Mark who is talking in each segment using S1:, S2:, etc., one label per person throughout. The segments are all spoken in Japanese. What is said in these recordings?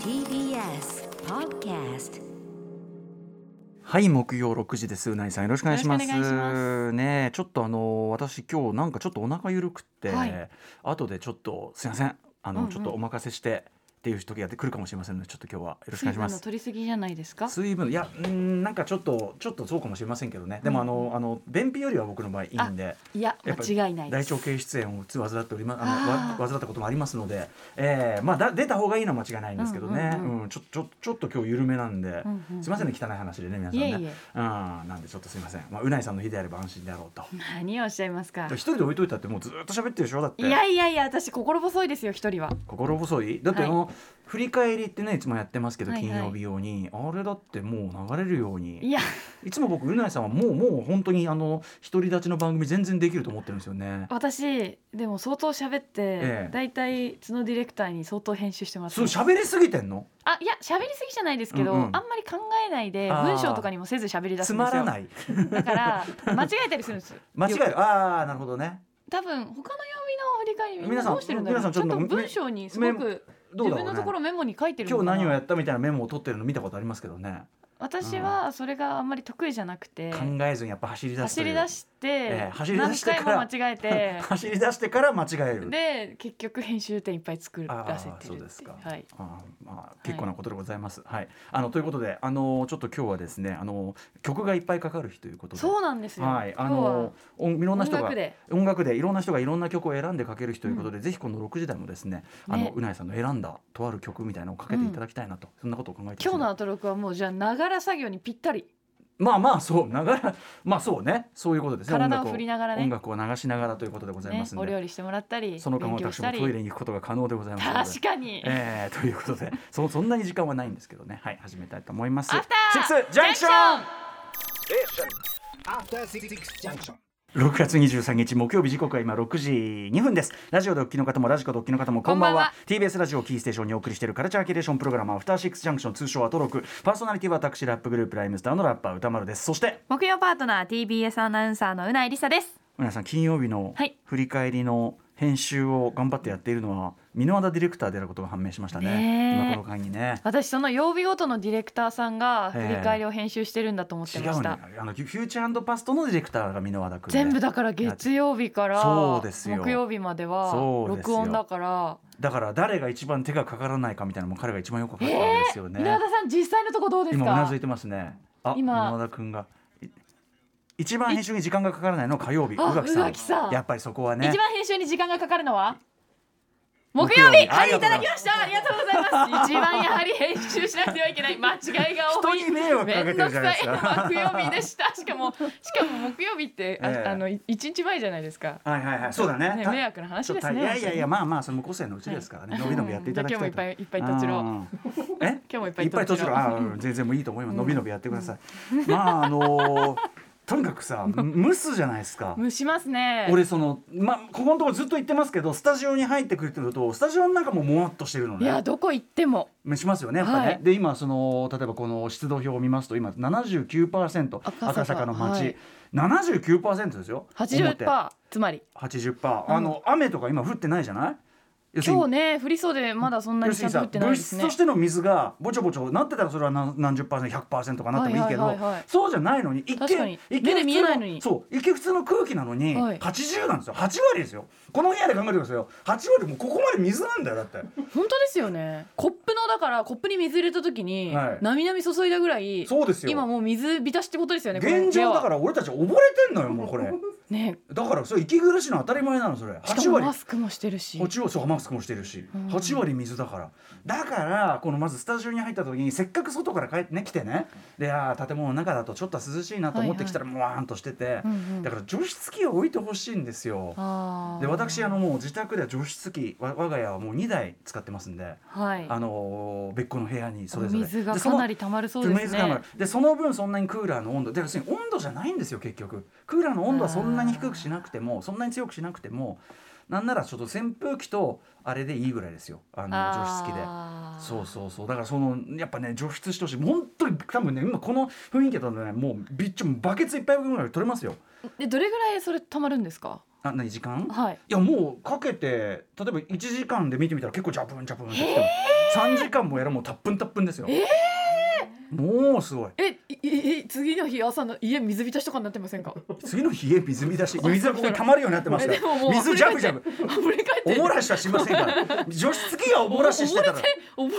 S1: TBS Podcast
S2: はい木曜6時ですうなぎさんよろしくお願いします
S3: よろしくお願いしま
S2: ねえちょっとあの私今日なんかちょっとお腹緩くって、
S3: はい
S2: 後でちょっとすいませんあの、
S3: うんうん
S2: ちょっとお任せしてっていう時が来るかもしれませんのでちょっと今日はよろしく
S3: 水
S2: お願いしま
S3: 分の
S2: す
S3: 取りすぎじゃないですか。
S2: 水分いやうーんなんかちょっとちょっとそうかもしれませんけどねでもあの、あの便秘よりは僕の場合いいんで
S3: いや、
S2: やっぱり
S3: 間違いない
S2: 大
S3: です。
S2: 腸系出炎をつ患っておりまあの
S3: あー
S2: わ患ったこともありますので、えーまあだ出た方がいいのは間違いないんですけどね、う
S3: うんんうん
S2: ちょちょちょっと今日緩めなんで、
S3: うんうんうん
S2: すいませんね汚い話でね皆さ
S3: い
S2: んね
S3: えいえ
S2: うんなんでちょっとすいませんまあうないさんの日であれば安心であろうと
S3: 何をおっしゃいますか
S2: 一。人で置いといたってもうずっと喋ってるでしょだって
S3: いやいやいや、私心細いですよ、一人は。
S2: 心細いだってあの、振り返りってねいつもやってますけど、
S3: はいはい
S2: 金曜日用にあれだってもう流れるように
S3: いや、
S2: いつも僕うないさんはもうもう本当にあの独り立ちの番組全然できると思ってるんですよね
S3: 私、でも相当喋って
S2: え、
S3: だいたい角ディレクターに相当編集してます
S2: そう。喋りすぎてんの
S3: あ、いや、喋りすぎじゃないですけど、
S2: うん
S3: あ
S2: うん
S3: んまり考えないで、
S2: あー
S3: 文章とかにもせず喋り出す
S2: つ
S3: んで
S2: ますら
S3: よ。
S2: ない
S3: だから、間違えたりするんです。
S2: 間違い
S3: よく
S2: ああなるほどね
S3: 多分、他の曜日の振り返り、みん
S2: 皆
S3: な
S2: さん
S3: どうしてるんだろ
S2: 皆さん
S3: う。
S2: ち
S3: ち
S2: ょ
S3: ょ
S2: っ
S3: っ
S2: と
S3: と
S2: め
S3: 文章にすご
S2: メ
S3: く。
S2: どう
S3: 自
S2: だ
S3: 分
S2: ろう
S3: のと
S2: ね
S3: ころメモに書いてるの
S2: 今
S3: かな
S2: 日何をやったみたいなメモを取ってるの見たことありますけどね
S3: 私はそれがあんまり得意じゃなくて、
S2: 考えずにやっぱ走り出すと
S3: 走
S2: いう
S3: り出して、
S2: え走り出して
S3: 何
S2: か
S3: 回
S2: ら
S3: も間違えて
S2: 走り出してから間違える
S3: で結局編集点いっぱい作
S2: あ
S3: らせてるっ
S2: ー
S3: て
S2: そ
S3: いうう
S2: ですか、
S3: はい、
S2: あーまあ、結構なことでございます、はいあのということであのちょっと今日はですねあの曲がいっぱいかかる日ということで
S3: そうなんですよ、
S2: はい、
S3: 今
S2: あ
S3: 日は
S2: のおいろん
S3: 音
S2: な人が
S3: 楽で
S2: 音楽でいろんな人がいろんな曲を選んでかける日ということで、ぜひこの6時台もですねあの
S3: ね
S2: うないさんの選んだとある曲みたいなのをかけていただきたいなと、そんなことを考えてます
S3: 今日のアトロクはもうじゃあながら作業にぴったり
S2: まあまあそうながら まあそうねそういうことですね
S3: 体を
S2: 音楽
S3: 振りながらね
S2: 音楽を流しながらということでござい
S3: ね
S2: ますの
S3: お
S2: で、
S3: 料理してもらったり
S2: その間
S3: 勉強
S2: 私
S3: した
S2: も
S3: り
S2: トイレに行くことが可能でございますので
S3: 確かに、
S2: え ー、ということでそそんなに時間はないんですけどねはい始めたいと思います
S3: アフター
S2: シックスジャンクション
S4: After Six Junction.
S2: 6月23日木曜日時刻は今6時2分ですラジオでお聞きの方もラジコでお聞きの方もこんばんは
S3: こんばんは
S2: TBS ラジオをキーステーションにお送りしているカルチャーキュレーションプログラムアフターシックスジャンクション通称アトロクパーソナリティは私ラップグループライムスターのラッパー歌丸ですそして
S3: 木曜パートナー TBS アナウンサーのうないりさです
S2: 皆さん金曜日の
S3: はい
S2: 振り返りの編集を頑張ってやっているのは箕輪田ディレクターであることが判明しましたね
S3: ねえ
S2: 今この間にね
S3: 私その曜日ごとのディレクターさんが振り返りを編集してるんだと思って
S2: 違
S3: ま
S2: う
S3: し
S2: ね
S3: た、
S2: あのフューチャーパストのディレクターが箕輪田君で
S3: 全部だから月曜日から
S2: そうですよ
S3: 木曜日までは
S2: そうです
S3: 録
S2: よ
S3: 音だから、
S2: だから誰が一番手がかからないかみたいなのも彼が一番よく分かっ
S3: え
S2: てるんですよね、
S3: え稲田さん実際のとこどうですか
S2: 今うなずいてますねあ
S3: 今
S2: 今田君がい一番編集に時間がかからないのは火曜日宇
S3: あ
S2: 垣さん
S3: 宇垣さん
S2: やっぱりそこはね
S3: 一番編集に時間がかかるのは木
S2: 木曜
S3: 曜
S2: 日
S3: 日はい
S2: ありがとうご
S3: いた
S2: ざいま
S3: だきまし
S2: す
S3: たありがとうございます一番やはり編集しなくてはいけない間違いが多い
S2: 人に迷惑かけてるじゃないですか
S3: めんどくさい木曜日でしたしかもしかも木曜日ってあ,、
S2: ええ
S3: あのい一日前じゃないですか、
S2: はいはいはいそうだね
S3: ね
S2: た
S3: 迷惑な話
S2: ちょっ
S3: で
S2: と
S3: すね
S2: いやいやいやまあまあそれも個性のうちですからね伸び伸びやっていただきたいと
S3: じゃあ今日もいっぱいいっぱいとちろう
S2: うんえ
S3: 今日もいっぱ
S2: い
S3: い
S2: っぱいとちろうあー全然もういいと思います伸び伸びやってくださいまああのーとにかくさ蒸すじゃないですか
S3: 蒸しますね
S2: 俺そのまあここのところずっと言ってますけどスタジオに入ってくるってとスタジオの中ももわっとしてるの
S3: い
S2: ね
S3: やどこ行っても
S2: しますよねやっぱね、
S3: はい
S2: で今その例えばこの湿度表を見ますと今79%赤
S3: 赤
S2: 坂
S3: 坂
S2: の街、
S3: はい
S2: 79%ですよ表
S3: 80%つまり
S2: 80%、あの雨とか今降ってないじゃない要するに
S3: 今日ね降りそうでまだそんな
S2: 要
S3: に
S2: す
S3: ち
S2: る
S3: ゃん
S2: に
S3: と
S2: さ
S3: 降ってない
S2: 物
S3: です
S2: 質
S3: ね
S2: としての水がぼちょぼちょなってたらそれは何何十パーセント100%かなってもいいけど、
S3: はいはいはいはい
S2: そうじゃないのに一
S3: 確か
S2: 見
S3: に目
S2: 一見
S3: で
S2: 普通
S3: 見えないのに
S2: そう一見普通の空気なのに、
S3: はい
S2: 80なんですよ8割ですよこの部屋で考えてくださいよ8割もうここまで水なんだよだって
S3: 本当ですよねコップのだからコップに水入れた時に、
S2: はい
S3: なみなみ注いだぐらい
S2: そうですよ
S3: 今もう水浸しってことですよね
S2: 現状だからら俺たち溺れてんのよもうこれ
S3: ね
S2: だからそれ息苦しいの当たり前なのそれ
S3: し
S2: 8
S3: かもマ
S2: 割
S3: スクもしてるし
S2: 8割そうマスクもしてるし
S3: うん
S2: 8割水だからだからこのまずスタジオに入った時にせっかく外から帰ってね来てねであー建物の中だとちょっと涼しいなと思ってきたらもわーんとしてて
S3: うんうん
S2: だから除湿機を置いてほしいんですよ
S3: あー
S2: で私あのもう自宅では除湿機わ我が家はもう2台使ってますんで
S3: はい
S2: あのー別個の部屋にそれぞれ
S3: 水が
S2: でそ
S3: か
S2: の
S3: なり溜まるそうです
S2: 水が上が
S3: ね
S2: るでその分そんなにクーラーの温度で要するに温度じゃないんですよ結局クーラーの温度はそんなに低くしなくてもそんなに強くしなくてもなんならちょっと扇風機とあれでいいぐらいですよあの除湿機で。
S3: あー
S2: そうそうそうだからそのやっぱね除湿してほしい本当に多分ね今この雰囲気だとねもうビッチョバケツいっぱい分ぐらい取れますよ
S3: でどれぐらいそれ溜まるんですか。
S2: あ何時間
S3: はい。
S2: いやもうかけて例えば1時間で見てみたら結構ジャブンジャブンってきても3時間もやらもうたっぷんたっぷんですよ、もうすごい
S3: え、いいい次の日朝の家水浸しとかになってませんか。
S2: 次の日家水浸し水がここに溜まるようになってますか
S3: えでもも
S2: ら
S3: う
S2: 水ジャブジャブ
S3: あぶれ返って。
S2: おもらしはしませんから除湿機がおもらししてたら
S3: 溺れて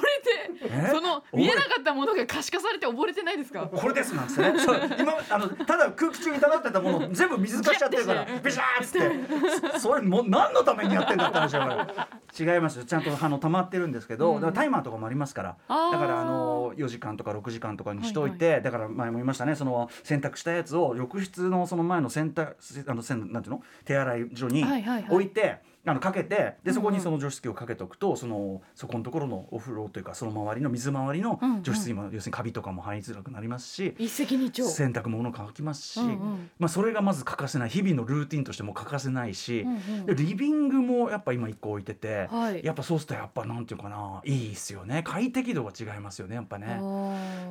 S2: え
S3: その
S2: 溺れ
S3: 見えなかったものが可視化されて溺れてないですか
S2: これですなんですね。 そう今あのただ空気中に漂ってたものを全部水化しちゃってるから ビシャーっつってそそれもう何のためにやってんだって話だから違いますよちゃんとあの溜まってるんですけど、だからタイマーとかもありますから
S3: あー
S2: だからあの4時間とか6時間とかにしといて、だから前も言いましたねその洗濯したやつを浴室のその前の洗濯あの洗なんていうの手洗い所に
S3: はいはいはい
S2: 置いて。あのかけてでそこにその除湿機をかけておくと、そのそこのところのお風呂というかその周りの水回りの
S3: うんうん
S2: 除湿にも、要するにカビとかも入りづらくなりますし、
S3: 一石二鳥
S2: 洗濯物乾きますし、
S3: うんうん
S2: まあ、それがまず欠かせない日々のルーティンとしても欠かせないし、
S3: うんうん
S2: でリビングもやっぱ今一個置いてて、
S3: はい
S2: やっぱそうするとやっぱなんていうかないいっすよね快適度が違いますよねやっぱね。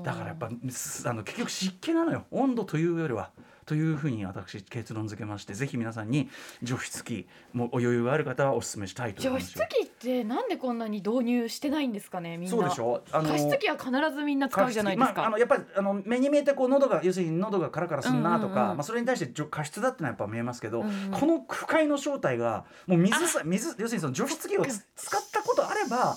S2: だからやっぱすあの結局湿気なのよ温度というよりは。というふうに私結論付けましてぜひ皆さんに除湿機もお余裕がある方はお勧めしたいという
S3: 除
S2: 話を
S3: 湿機ってなんでこんなに導入してないんですかねみんな
S2: そうでしょあの
S3: 加湿器は必ずみんな使うじゃないですか、
S2: まあ、あのやっぱりあの目に見えてこう喉が要するに喉がカラカラするなとか、
S3: うんうんうん
S2: まあ、それに対してじょ過失だってのはやっぱ見えますけど、
S3: うんうん
S2: この不快の正体がもう水さ水要するにその除湿機をつ使ったことあればあ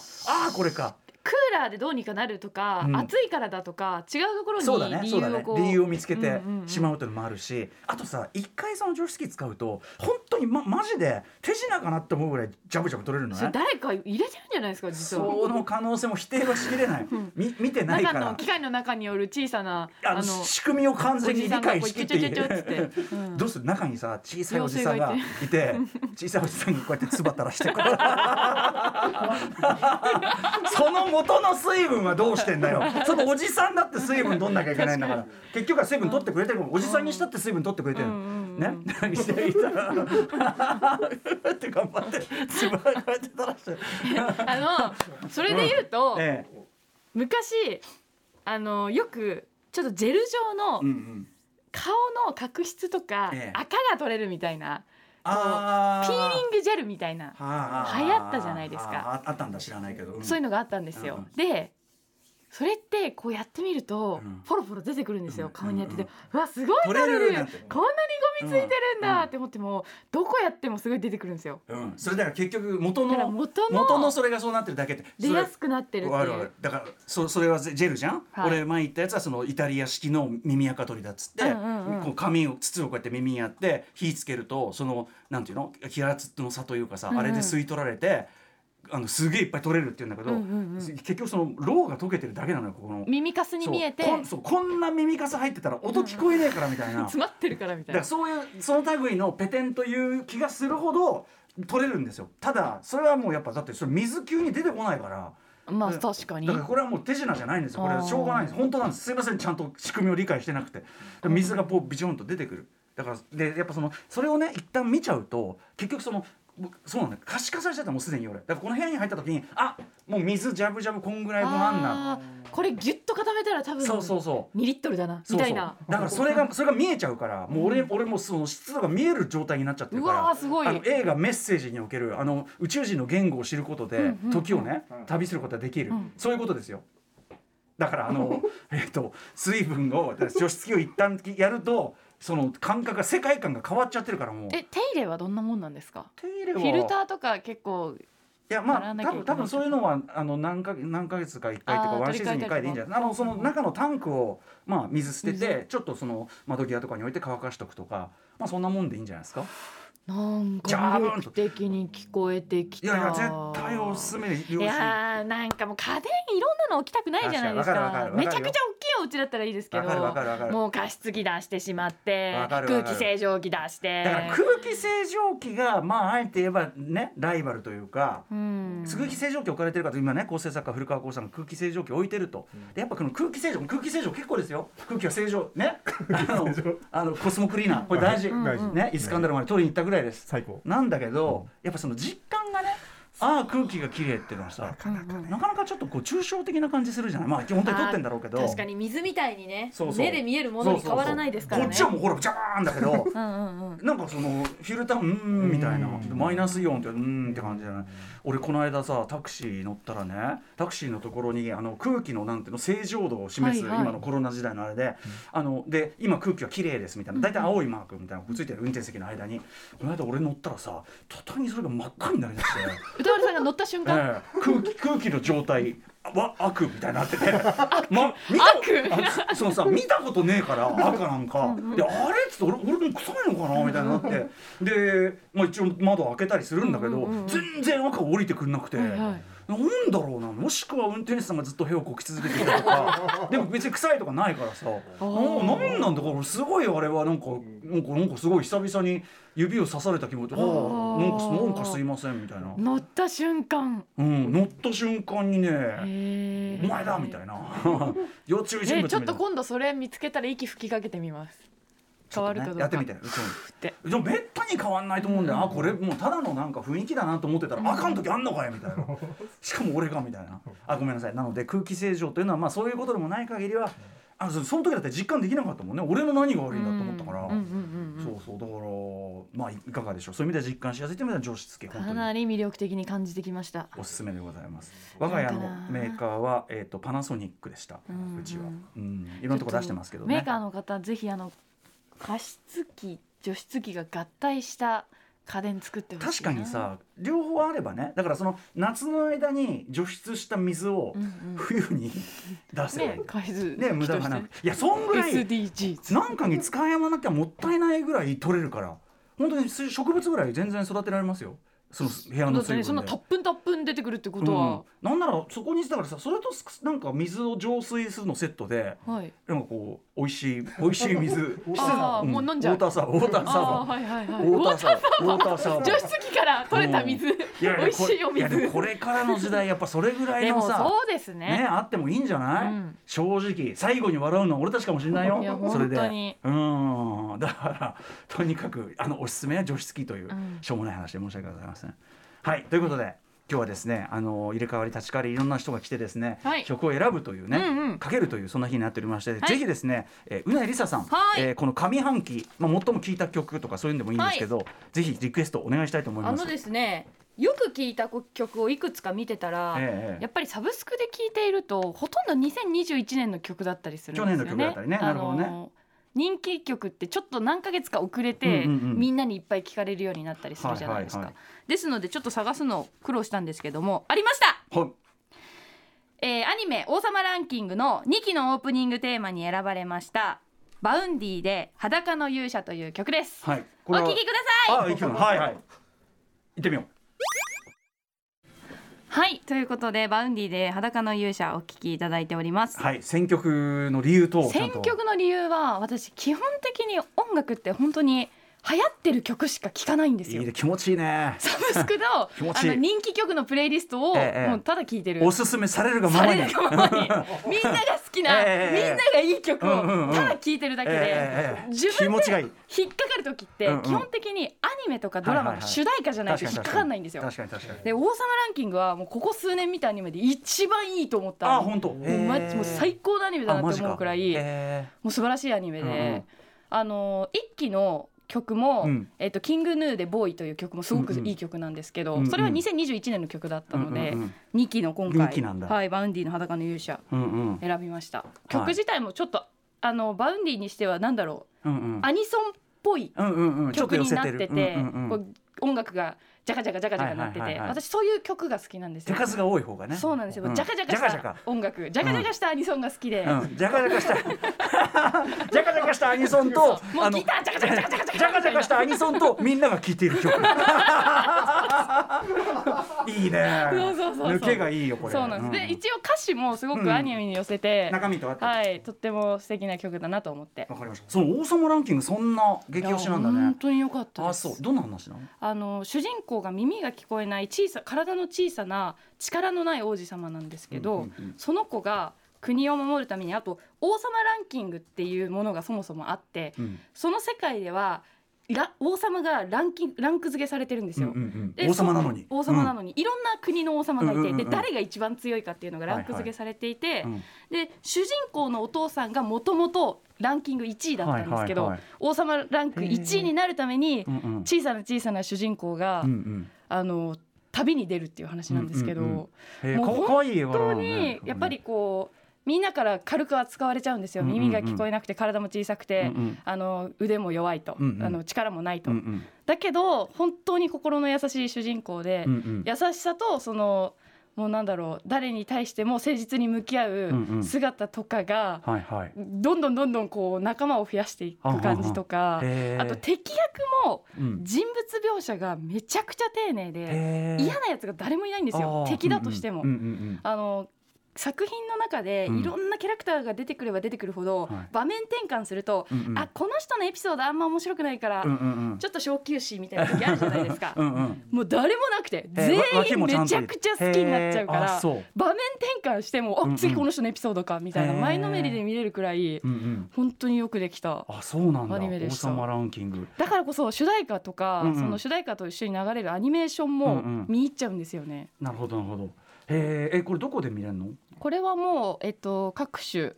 S2: あーこれか
S3: クーラーでどうにかなるとか、
S2: うん
S3: 暑いからだとか違うところ
S2: そうだ
S3: に
S2: ね
S3: 理
S2: そうだ
S3: 由を
S2: ね
S3: こう
S2: 理由を見つけ
S3: うん
S2: て
S3: うんうん
S2: しまうというのもあるし、あとさ一回その除湿機使うと本当にまマジで手品かなって思うぐらいジャブジャブ取れるの
S3: それ
S2: ね。
S3: 誰か入れてるんじゃないですか実は
S2: その可能性も否定はしきれない、
S3: うん
S2: み見てないか
S3: 中
S2: ら
S3: の機械の中による小さな
S2: あの仕組みを完全に理解しきってい
S3: おじさんがこうちょちょちょちょっつってうん
S2: どうする中にさ小さいおじさんがいて小さいおじさんにこうやって唾垂らして くるその元の水分はどうして んだよそのおじさんだって水分取んなきゃいけないんだから結局は水分取ってくれてるもんおじさんにしたって水分取ってくれてる
S3: うんうんうん
S2: ね何していたらって頑張って唾こうやって垂 らして
S3: あのそれで言うと、
S2: ええ
S3: 昔あのよくちょっとジェル状の
S2: うんうん
S3: 顔の角質とか、
S2: ええ
S3: 赤が取れるみたいな
S2: あ
S3: ピーリ
S2: ン
S3: ングジェルみたいな
S2: 流
S3: 流行ったじゃないですか
S2: ああったんだ知らないけど、うん
S3: そういうのがあったんですよ。でそれってこうやってみると、
S2: うん
S3: ポロポロ出てくるんですよ、
S2: うん
S3: 顔にやってて、
S2: うん
S3: うわすごい取れ
S2: 取れ
S3: る
S2: るなんて
S3: こんなにゴミついてるん
S2: うん
S3: だって思っても、どこやってもすごい出てくるんですよ
S2: うん、それだから結局元
S3: だから
S2: の
S3: 元の
S2: 元のそれがそうなってるだけって
S3: 出やすくなってるって
S2: わかるわ
S3: い
S2: か
S3: う
S2: るだからそそれはジェルじゃん、
S3: はい
S2: 俺前言ったやつはそのイタリア式の耳垢取りだっつって、
S3: うんうんうん
S2: こう紙を筒をこうやって耳にやって火つけるとそのなんていうの気圧の差というかさ、
S3: うんうん
S2: あれで吸い取られてあのすげえいっぱい取れるって言うんだけど、
S3: うんうんうん
S2: 結局そのローが溶けてるだけなのよここの。
S3: 耳かすに見えて
S2: そうこんそうこんな耳かす入ってたら音聞こえねえから みたいな、
S3: 詰まってるからみたいな
S2: だからそういうその類のペテンという気がするほど取れるんですよただそれはもうやっぱだってそれ水急に出てこないから
S3: まあ
S2: うん
S3: 確かに
S2: だからこれはもう手品じゃないんですよこれはしょうがないんです本当なんですすいませんちゃんと仕組みを理解してなくて水がこうビジョンと出てくるだからでやっぱそのそれをね一旦見ちゃうと結局その僕そうなんだよ可視化されちゃったもうすでに俺だからこの部屋に入った時にあもう水ジャブジャブこんぐらい分あんな
S3: あーこれギュッと固めたら多分
S2: そうそうそう
S3: 2リットルだな
S2: そ
S3: み
S2: うそう
S3: たいな
S2: だからそれがそれが見えちゃうからもう俺,、俺もその湿度が見える状態になっちゃってるから
S3: うわーすごい
S2: あの映画「メッセージ」におけるあの宇宙人の言語を知ることで、
S3: んうんうん
S2: 時をね旅することができる、
S3: うん
S2: そういうことですよ。だからあの えっと水分を除湿器を一旦やるとその感覚が世界観が変わっちゃってるからもう。
S3: え手入れはどんなもんなんですか
S2: 手入れ
S3: フ
S2: は
S3: ィルターとか結構
S2: いや
S3: 洗
S2: ま
S3: わ
S2: あ
S3: なきゃ
S2: 多
S3: いけない
S2: 分多分そういうのはあの何ヶ何ヶ月か一回とか
S3: あー
S2: ワンシーズン
S3: 取り替えた
S2: に1
S3: り
S2: 回でいいんじゃないあのその中のタンクをまあ水捨て
S3: 水
S2: てちょっとその窓際とかに置いて乾かしとくとかまあそんなもんでいいんじゃないですか
S3: なん
S2: ジャ
S3: か魅
S2: ーン
S3: 力
S2: と
S3: 的に聞こえてき
S2: い
S3: た
S2: やいや絶対おすすめよ
S3: いやーなんかもう家電いろんなの置きたくないじゃないですか
S2: 確かにわかるわかるわかる
S3: め
S2: よ
S3: ちゃくちゃ大き
S5: お
S3: い
S5: 家だったらいいですけど
S2: わかるわかるわかる
S5: もう加湿器出してしまって
S2: わかるわかる
S5: 空気清浄機出して
S2: だから空気清浄機がまああえて言えばねライバルというか。
S5: うん
S2: 空気清浄機置かれてる方今ね構成作家古川光さんが空気清浄機置いてると、でやっぱこの空気清浄空気清浄結構ですよ空気は清浄ねあの あのコスモクリーナーこれ大事、
S5: うん
S4: 大事
S2: ねイスカンダルまで取りに行ったぐらいです
S4: 最高
S2: なんだけどやっぱその実感がねああ空気が綺麗っていうのはさ
S5: うんうん
S2: なかなかちょっとこう抽象的な感じするじゃないまあ本当に撮ってんだろうけど
S5: 確かに水みたいにね
S2: そうそう
S5: 目で見えるものに変わらないですからね
S2: そうそうそうこっちはもうほらジャーンだけど
S5: うんうんうん
S2: なんかそのフィルターうーんみたいな
S4: うん
S2: マイナスイオンってうーんって感じじゃない俺この間さタクシー乗ったらねタクシーのところにあの空気のなんていうの正常度を示す
S5: はいはい
S2: 今のコロナ時代のあれであので今空気は綺麗ですみたいな大体青いマークみたいなのがついてる運転席の間にこの間俺乗ったらさ途端にそれが真っ赤になりだし
S5: 歌
S2: て。
S5: 丸さんが乗った瞬間
S2: ええ空気空気の状態は悪みたいになってて、ま、見
S5: 悪
S2: たあそのさ見たことねえから赤なんかであれっつって俺俺も臭いのかなみたいになってで、まあ、一応窓開けたりするんだけど、
S5: うんうんうん
S2: 全然赤降りてくんなくて、
S5: はいはい
S2: なんだろうなもしくは運転手さんがずっと屁をこき続けていたと かでも別に臭いとかないからさ
S5: ー
S2: なんかなんなんだか俺すごいあれはなんかなんかなんかすごい久々に指を刺された気持ちであーなんかなんかすいませんみたいな。
S5: 乗った瞬間
S2: うん、乗った瞬間に
S5: お
S2: ね「お前だ!」みたいな 要注意人物
S5: え
S2: み
S5: ち
S2: た
S5: ょ
S2: い
S5: っ
S2: な
S5: と今度それ見つけたら息吹きかけてみます変わるかどうか
S2: やってみてう
S5: て
S2: んでもめったに変わんないと思うんだよ、あこれもうただのなんか雰囲気だなと思ってたら、あかん時あんのかいみ たいなしかも俺がみたいなあごめんなさいなので空気清浄というのはまあそういうことでもない限りはあのそその時だって実感できなかったもんね俺の何が悪いんだと思ったから、
S5: うんうんうんうん
S2: そうそうだからまあいいかがでしょうそういう意味では実感しやすいという意味では常識本
S5: か
S2: 当に
S5: なり魅力的に感じてきました
S2: おすすめでございます。我が家のメーカーは、えっ、と、パナソニックでした。
S5: うんうん
S2: うちは。うん、いろんなとこ出してますけど
S5: メ
S2: ね
S5: ー。カーの方ぜひあの加湿器除湿器が合体した家電作ってほし
S2: 確
S5: い
S2: か
S5: な
S2: にさ、両方あればね、だからその夏の間に除湿した水を
S5: うんうん
S2: 冬に 出せばい
S5: ね
S2: い。
S5: 回数
S2: ね、無駄がなく。いや、そんぐらい、
S5: SDGs
S2: なんかに使い合わなきゃもったいないぐらい取れるから。本当にす植物ぐらい全然育てられますよ。その部屋
S5: だ
S2: の
S5: って
S2: 水
S5: ねそん
S2: 分
S5: な
S2: で
S5: た。っぷんたっぷん出てくるってことは、
S2: うん、なんならそこにだからさそれとすなんか水を浄水するのセットで
S5: はい
S2: なんかこう美味しい美味しい 水
S5: あー
S2: ん
S5: もう飲んじゃう
S2: ウォーターサーバーウォーターサー
S5: ああ
S2: バー
S5: はいはいはい
S2: ウォーターサーバーウォーターサー バー
S5: 除湿器から取れた水
S2: うんやや
S5: 美味しいお
S2: これや
S5: 水
S2: でもこれからの時代やっぱそれぐらい
S5: で
S2: の
S5: も
S2: さ
S5: そうですね
S2: ねあってもいいんじゃない、
S5: うん
S2: 正直最後に笑うのは俺たちかもしれないよ
S5: いや
S2: それで
S5: 本当に
S2: うんだからとにかくあのおすすめは除湿器という、
S5: うん
S2: しょうもない話で申し訳ございませんはいということで今日はですねあの入れ替わり立ち替わりいろんな人が来てですね、
S5: はい
S2: 曲を選ぶというね、
S5: うんうん
S2: かけるというそんな日になっておりまして、
S5: い
S2: ぜひですね、えー、うなえりささん、
S5: はい
S2: えーこの上半期、まあ、最も聴いた曲とかそういうんでもいいんですけど、ぜひリクエストお願いしたいと思い
S3: あ
S2: ます。
S3: のですねよく聞いた曲をいくつか見てたら、
S2: ええ
S3: やっ
S2: ええ
S3: ぱりサブスクで聴いているとほとんど2021年の曲だったりするんですよね。
S2: 去年の曲だったりねなるほどね
S3: あの人気曲ってちょっと何ヶ月か遅れて、
S2: うんうんうん
S3: みんなにいっぱい聞かれるようになったりするじゃないですか、
S2: はいはいは
S3: ですのでちょっと探すの苦労したんですけどもありました、
S2: はい
S3: えーアニメ「王様ランキング」の2期のオープニングテーマに選ばれました「バウンディで裸の勇者」という曲です、
S2: はい、
S3: お
S2: こは
S3: 聴きください
S2: あ、いくのはいはい。行ってみよう。
S3: はいということでバウンディで裸の勇者お聞きいただいております、
S2: はい、選曲の理由とちゃん
S3: 選
S2: と。
S3: 曲の理由は私基本的に音楽って本当に流行ってる曲しか聴かないんです
S2: い
S3: よ
S2: いね、気持ちいいね。
S3: サブスクの
S2: 気持
S3: あ
S2: ちいい
S3: の人気曲のプレイリストを
S2: ええええ
S3: もうただ聴いてる、
S2: おすすめされるがま
S3: さ
S2: まに。
S3: れるがままにみんなが好きな、
S2: ええええ
S3: みんながいい曲
S2: うんうんう
S3: を
S2: ん
S3: ただ聴いてるだけで、
S2: ええええええ
S3: 自
S2: 気
S3: 分
S2: 持ち
S3: で
S2: がいい。
S3: 引っかかる時って
S2: うんうん
S3: 基本的にアニメとかドラマの主題歌じゃないと引
S2: 確か
S3: っ
S2: に
S3: か
S2: 確
S3: かん
S2: かに。
S3: ないんですよ。
S2: 確かに確かに。
S3: で「王様ランキング」はもうここ数年見たアニメで一番いいと思った
S2: あ、本当。
S3: もうマジもう最高のアニメだなって思うくらい、
S2: え
S3: もう素晴らしいアニメで、
S2: うんうん
S3: あの一期の曲も、
S2: うん
S3: えっとキングヌーでボーイという曲もすごく
S2: うんうん
S3: いい曲なんですけど、
S2: うんうん
S3: それは2021年の曲だったので、
S2: うんうんうん
S3: 二期の今回
S2: 二期なんだ
S3: はいバウンディの裸の勇者
S2: ーうんうん。
S3: 選びました。
S2: い
S3: 曲自体もちょっとあのバウンディにしてはなんだろ
S2: うんうん
S3: うアニソンっぽい
S2: うんうんうん。ちょっ
S3: 曲
S2: と寄
S3: に
S2: せ
S3: なってて
S2: る
S3: て
S2: うんうんう
S3: こ
S2: ん
S3: う音楽がジャカジャカジャカジャカなってて、
S2: はいはいはいはい
S3: 私そういう曲が好きなんです
S2: 手
S3: よ。
S2: 数が多い方がね。
S3: そうなんですよ、
S2: うん
S3: ジャカジャカ
S2: ジャカジ
S3: し
S2: ャ
S3: た
S2: カ
S3: 音楽ジャカジャカしたアニソンが好きで、
S2: うん、ジャカジャカしたジャカジャカしたアニソンと
S3: もうギタージャカジャカジャカジャカジャカ
S2: ジャカジャカしたアニソンとみんなが聴いてい る曲いいね
S3: そうそうそうそう
S2: 抜けがいいよこれ
S3: そうなんです、
S2: う
S3: で一応歌詞もすごくアニメに寄せて、
S2: 中身とあって
S3: はいとっても素敵な曲だなと思って
S2: わかりましたその王様ランキングそんない激
S3: や
S2: 推しなんだ
S3: 本
S2: ね
S3: 当に良かったです
S2: あそうどんな話なの
S3: あの主人公が耳が聞こえない小さ体の小さな力のない王子様なんですけど、
S2: うんうんうん
S3: その子が国を守るためにあと王様ランキングっていうものがそもそもあって
S2: うん
S3: その世界ではら王様がランキンランク付けされてるんです
S2: うんう
S3: よ。
S2: んう
S3: で
S2: ん王様なのに
S3: そ王様な
S2: に
S3: のに、いろんな国の王様がいて、
S2: うんうんうんう
S3: で
S2: ん
S3: 誰が一番強いかっていうのがランク付けされていて、
S2: うん
S3: で主人公のお父さんがもともとランキング1位だったんですけど、
S2: はいはいはい
S3: 王様ランク1位になるために
S2: うんうん
S3: 小さな小さな主人公が、
S2: うんうん
S3: あの旅に出るっていう話なんですけど、
S2: うんうんうんえー
S3: もう
S2: かかわいい絵柄
S3: 本当
S2: だ
S3: に
S2: ね
S3: やっぱりこうみんなから軽く扱われちゃうんですよ、
S2: うんうんうん
S3: 耳が聞こえなくて体も小さくて、
S2: うんうん
S3: あの腕も弱いと、
S2: うんうん
S3: あの力もないと、
S2: うんうん
S3: だけど本当に心の優しい主人公で、
S2: うんうん
S3: 優しさとそのもうなんだろう誰に対しても誠実に向き合
S2: んう
S3: うん姿とかが、
S2: はいはい
S3: どんどんどんどんこう仲間を増やしていく感じとか。
S2: へー
S3: あと敵役も
S2: うん
S3: 人物描写がめちゃくちゃ丁寧で
S2: へー
S3: 嫌なやつが誰もいないんですよ
S2: あー
S3: 敵だとしても
S2: うんう。ん
S3: あの作品の中で
S2: うん
S3: いろんなキャラクターが出てくれば出てくるほど、
S2: はい
S3: 場面転換すると、
S2: うんうん
S3: あこの人のエピソードあんま面白くないから、
S2: うんうんうんうん
S3: ちょっと小休止みたいな時あるじゃないですか
S2: うんうん
S3: もう誰もなくて
S2: えー
S3: 全員
S2: わ脇も
S3: め
S2: ちゃん
S3: ち
S2: とい
S3: ゃ
S2: る
S3: くちゃ好きになっちゃうか
S2: へー
S3: ら
S2: あそう
S3: 場面転換してもあ、
S2: うんうん
S3: 次この人のエピソードかみたいな
S2: へー
S3: 前のめりで見れるくらい
S2: うんうん
S3: 本当によくできた。
S2: あそうなんだ
S3: アニメで
S2: 王
S3: した
S2: 様ランキング
S3: だからこそ主題歌とか、
S2: うんうん
S3: その主題歌と一緒に流れるアニメーション
S2: う
S3: も
S2: んうん
S3: 見入っちゃうんですよね。
S2: なるほどなるほどへーえこれどこで見れるの
S3: これはもう、えっと、各種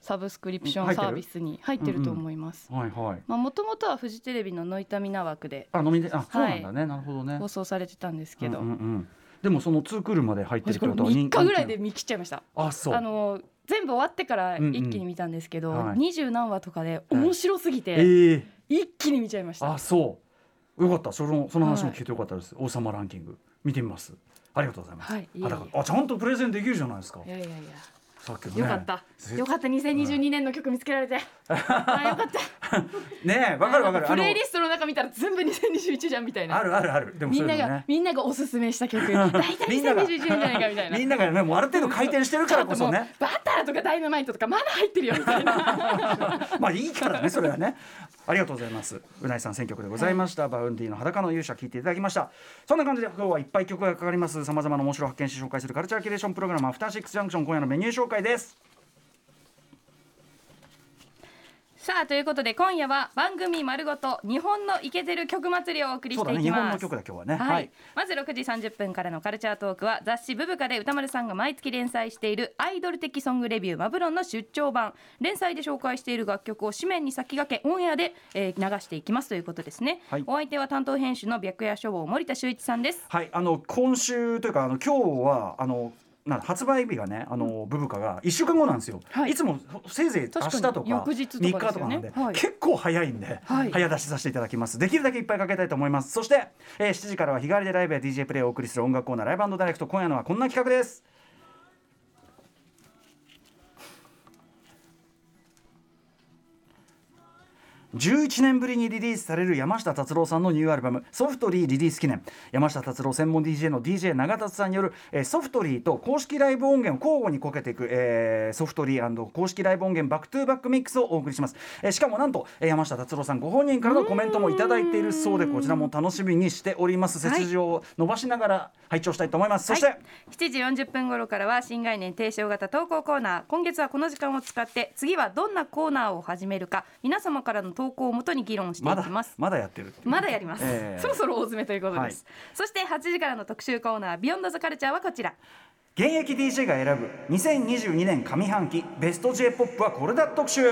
S3: サブスクリプションサービスに入ってると思います。
S2: はいはい
S3: まあ、もともとはフジテレビのノイタミナ枠で
S2: あ飲みであそうなんだねなるほどね
S3: 放送されてたんですけど、
S2: うんうんうんでもそのツークールまで入ってる
S3: 私
S2: って
S3: これ
S2: ことは
S3: 3日ぐらいで
S2: 人
S3: 見切っちゃいました。
S2: 気あそう
S3: あの全部終わってから
S2: うんうん
S3: 一気に見たんですけど、
S2: はい
S3: 二十何話とかで面白すぎ
S2: え
S3: て
S2: ー
S3: 一気に見ちゃいました。
S2: あそうよかったそのその話も聞いてよかったです、王様ランキング見てみますありがとうございます、
S3: はいいえいえ
S2: あだからあちゃんとプレゼンできるじゃないですか
S3: いやいやいや、
S2: さっきのね
S3: よかった、
S2: ぜ
S3: よかった2022年の曲見つけられて、あよかった。
S2: ねえわかるわかる
S3: プレイ
S2: あの
S3: リストの中見たら全部2021じゃんみたいな。
S2: あるあるあるでも
S3: み
S2: そ
S3: ん
S2: うい
S3: な
S2: うの
S3: が、
S2: ね
S3: みんながおすすめした曲大体
S2: みんなが
S3: 2021年じゃないかみたいな。
S2: みんながねもうある程度回転してるからこそね
S3: ちょっともうバターとかダイナマイトとかまだ入ってるよ みたいな。
S2: まあいいからねそれはねありがとうございますうないさん選曲でございました、バウンディの裸の勇者聞いていただきましたそんな感じで今日はいっぱい曲がかかりますさまざまな面白を発見し紹介するカルチャーキュレーションプログラムアフターシックスジャンクション今夜のメニュー紹介です
S3: さあということで今夜は番組丸ごと日本のイケてる曲祭りをお送り
S2: そ
S3: し
S2: うだ
S3: てい
S2: ね
S3: き
S2: 日本
S3: ま
S2: の
S3: す
S2: 曲。だ今日はね
S3: はい、まず6時30分からのカルチャートークは雑誌「ブブカ」で歌丸さんが毎月連載しているアイドル的ソングレビュー「マブロン」の出張版連載で紹介している楽曲を紙面に先駆けオンエアで、えー流していきますということですね、
S2: はい
S3: お相手は担当編集の白夜書房森田修一さんです
S2: はい、あの今週というかあの今日はあのなんだ発売日がねあのブブカが一週間後なんですよ。
S3: はい
S2: い、つもせいぜい明日と
S3: 確
S2: か
S3: かに翌日とかですよね
S2: 3日とかなんで、
S3: はい
S2: 結構早いんで、
S3: はい
S2: 早出しさせていただきます。できるだけいっぱいかけたいと思います。そして、えー、7時からは日替わりでライブや DJ プレイをお送りする音楽コーナーライブダイレクト今夜のはこんな企画です。11年ぶりにリリースされる山下達郎さんのニューアルバム「ソフトリーリリース記念」山下達郎専門 DJ の DJ 永達さんによる、えーソフトリーと公式ライブ音源を交互にこけていく、えーソフトリー公式ライブ音源バックトゥーバックミックスをお送りします、えーしかもなんと、えー山下達郎さんご本人からのコメントもいただいているそうでこちらも楽しみにしております背筋を伸ばしながら拝聴したいと思います、そして、
S3: 7時40分頃からは新概念提唱型投稿コーナー今月はこの時間を使って次はどんなコーナーを始めるか皆様からの投稿をもとに議論してい
S2: ま
S3: き
S2: だ
S3: ます
S2: まだやってる
S3: まだやります、
S2: え え
S3: そろそろ大詰めということです、そして8時からの特集コーナービヨンドザカルチャーはこちら
S2: 現役 DJ が選ぶ2022年上半期ベスト J−POP はこれだ特集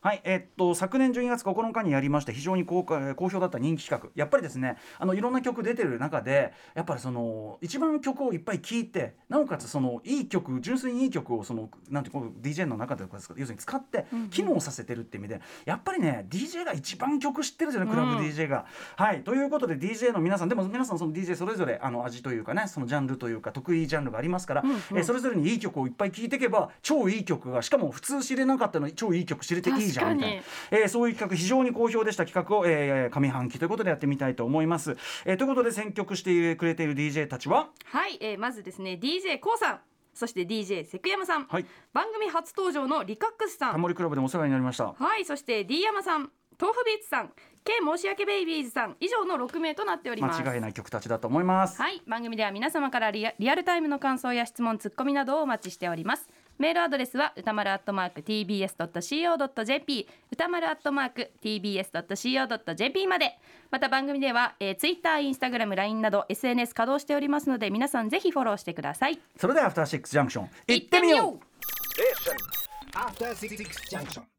S2: はいえっと昨年12月9日にやりまして非常に好か好評だった人気企画やっぱりですねあのいろんな曲出てる中でやっぱりその一番曲をいっぱい聴いてなおかつそのいい曲純粋にいい曲をそのなんていうの DJ の中でとかですか要するに使って機能させてるって意味で、やっぱりね DJ が一番曲知ってるじゃないクラブ
S3: うん
S2: DJ が。はいということで DJ の皆さんでも皆さんその DJ それぞれあの味というかねそのジャンルというか得意ジャンルがありますから、
S3: うんうん
S2: えーそれぞれにいい曲をいっぱい聴いていけば超いい曲がしかも普通知れなかったのに超いい曲知れていいじゃんみたいな
S5: 確、
S2: えーそういう企画非常に好評でした企画を、えー上半期ということでやってみたいと思います。えーということで選曲してくれている DJ たちは
S3: はい、えー、まずですね DJ コウさんそして DJ セクヤマさん、
S2: はい
S3: 番組初登場のリカックスさ
S2: タ
S3: ん
S2: モリクラブでもお世話になりました。
S3: はいそして D ヤマさん豆腐ビーツさん K 申し訳ベイビーズさん以上の6名となっております
S2: 間違いない曲たちだと思います。
S3: はい番組では皆様からリアリアルタイムの感想や質問ツッコミなどをお待ちしておりますメールアドレスは歌丸アットマーク tbs.co.jp 歌丸アットマーク tbs.co.jp までまた番組では、えー、Twitter、Instagram、LINE など SNS 稼働しておりますので皆さんぜひフォローしてください
S2: それではアフターシックスジャンクション行
S3: 行
S2: っ
S3: ってて
S2: み
S3: み
S2: よ
S3: よ
S2: う
S3: う
S4: After Six Junction.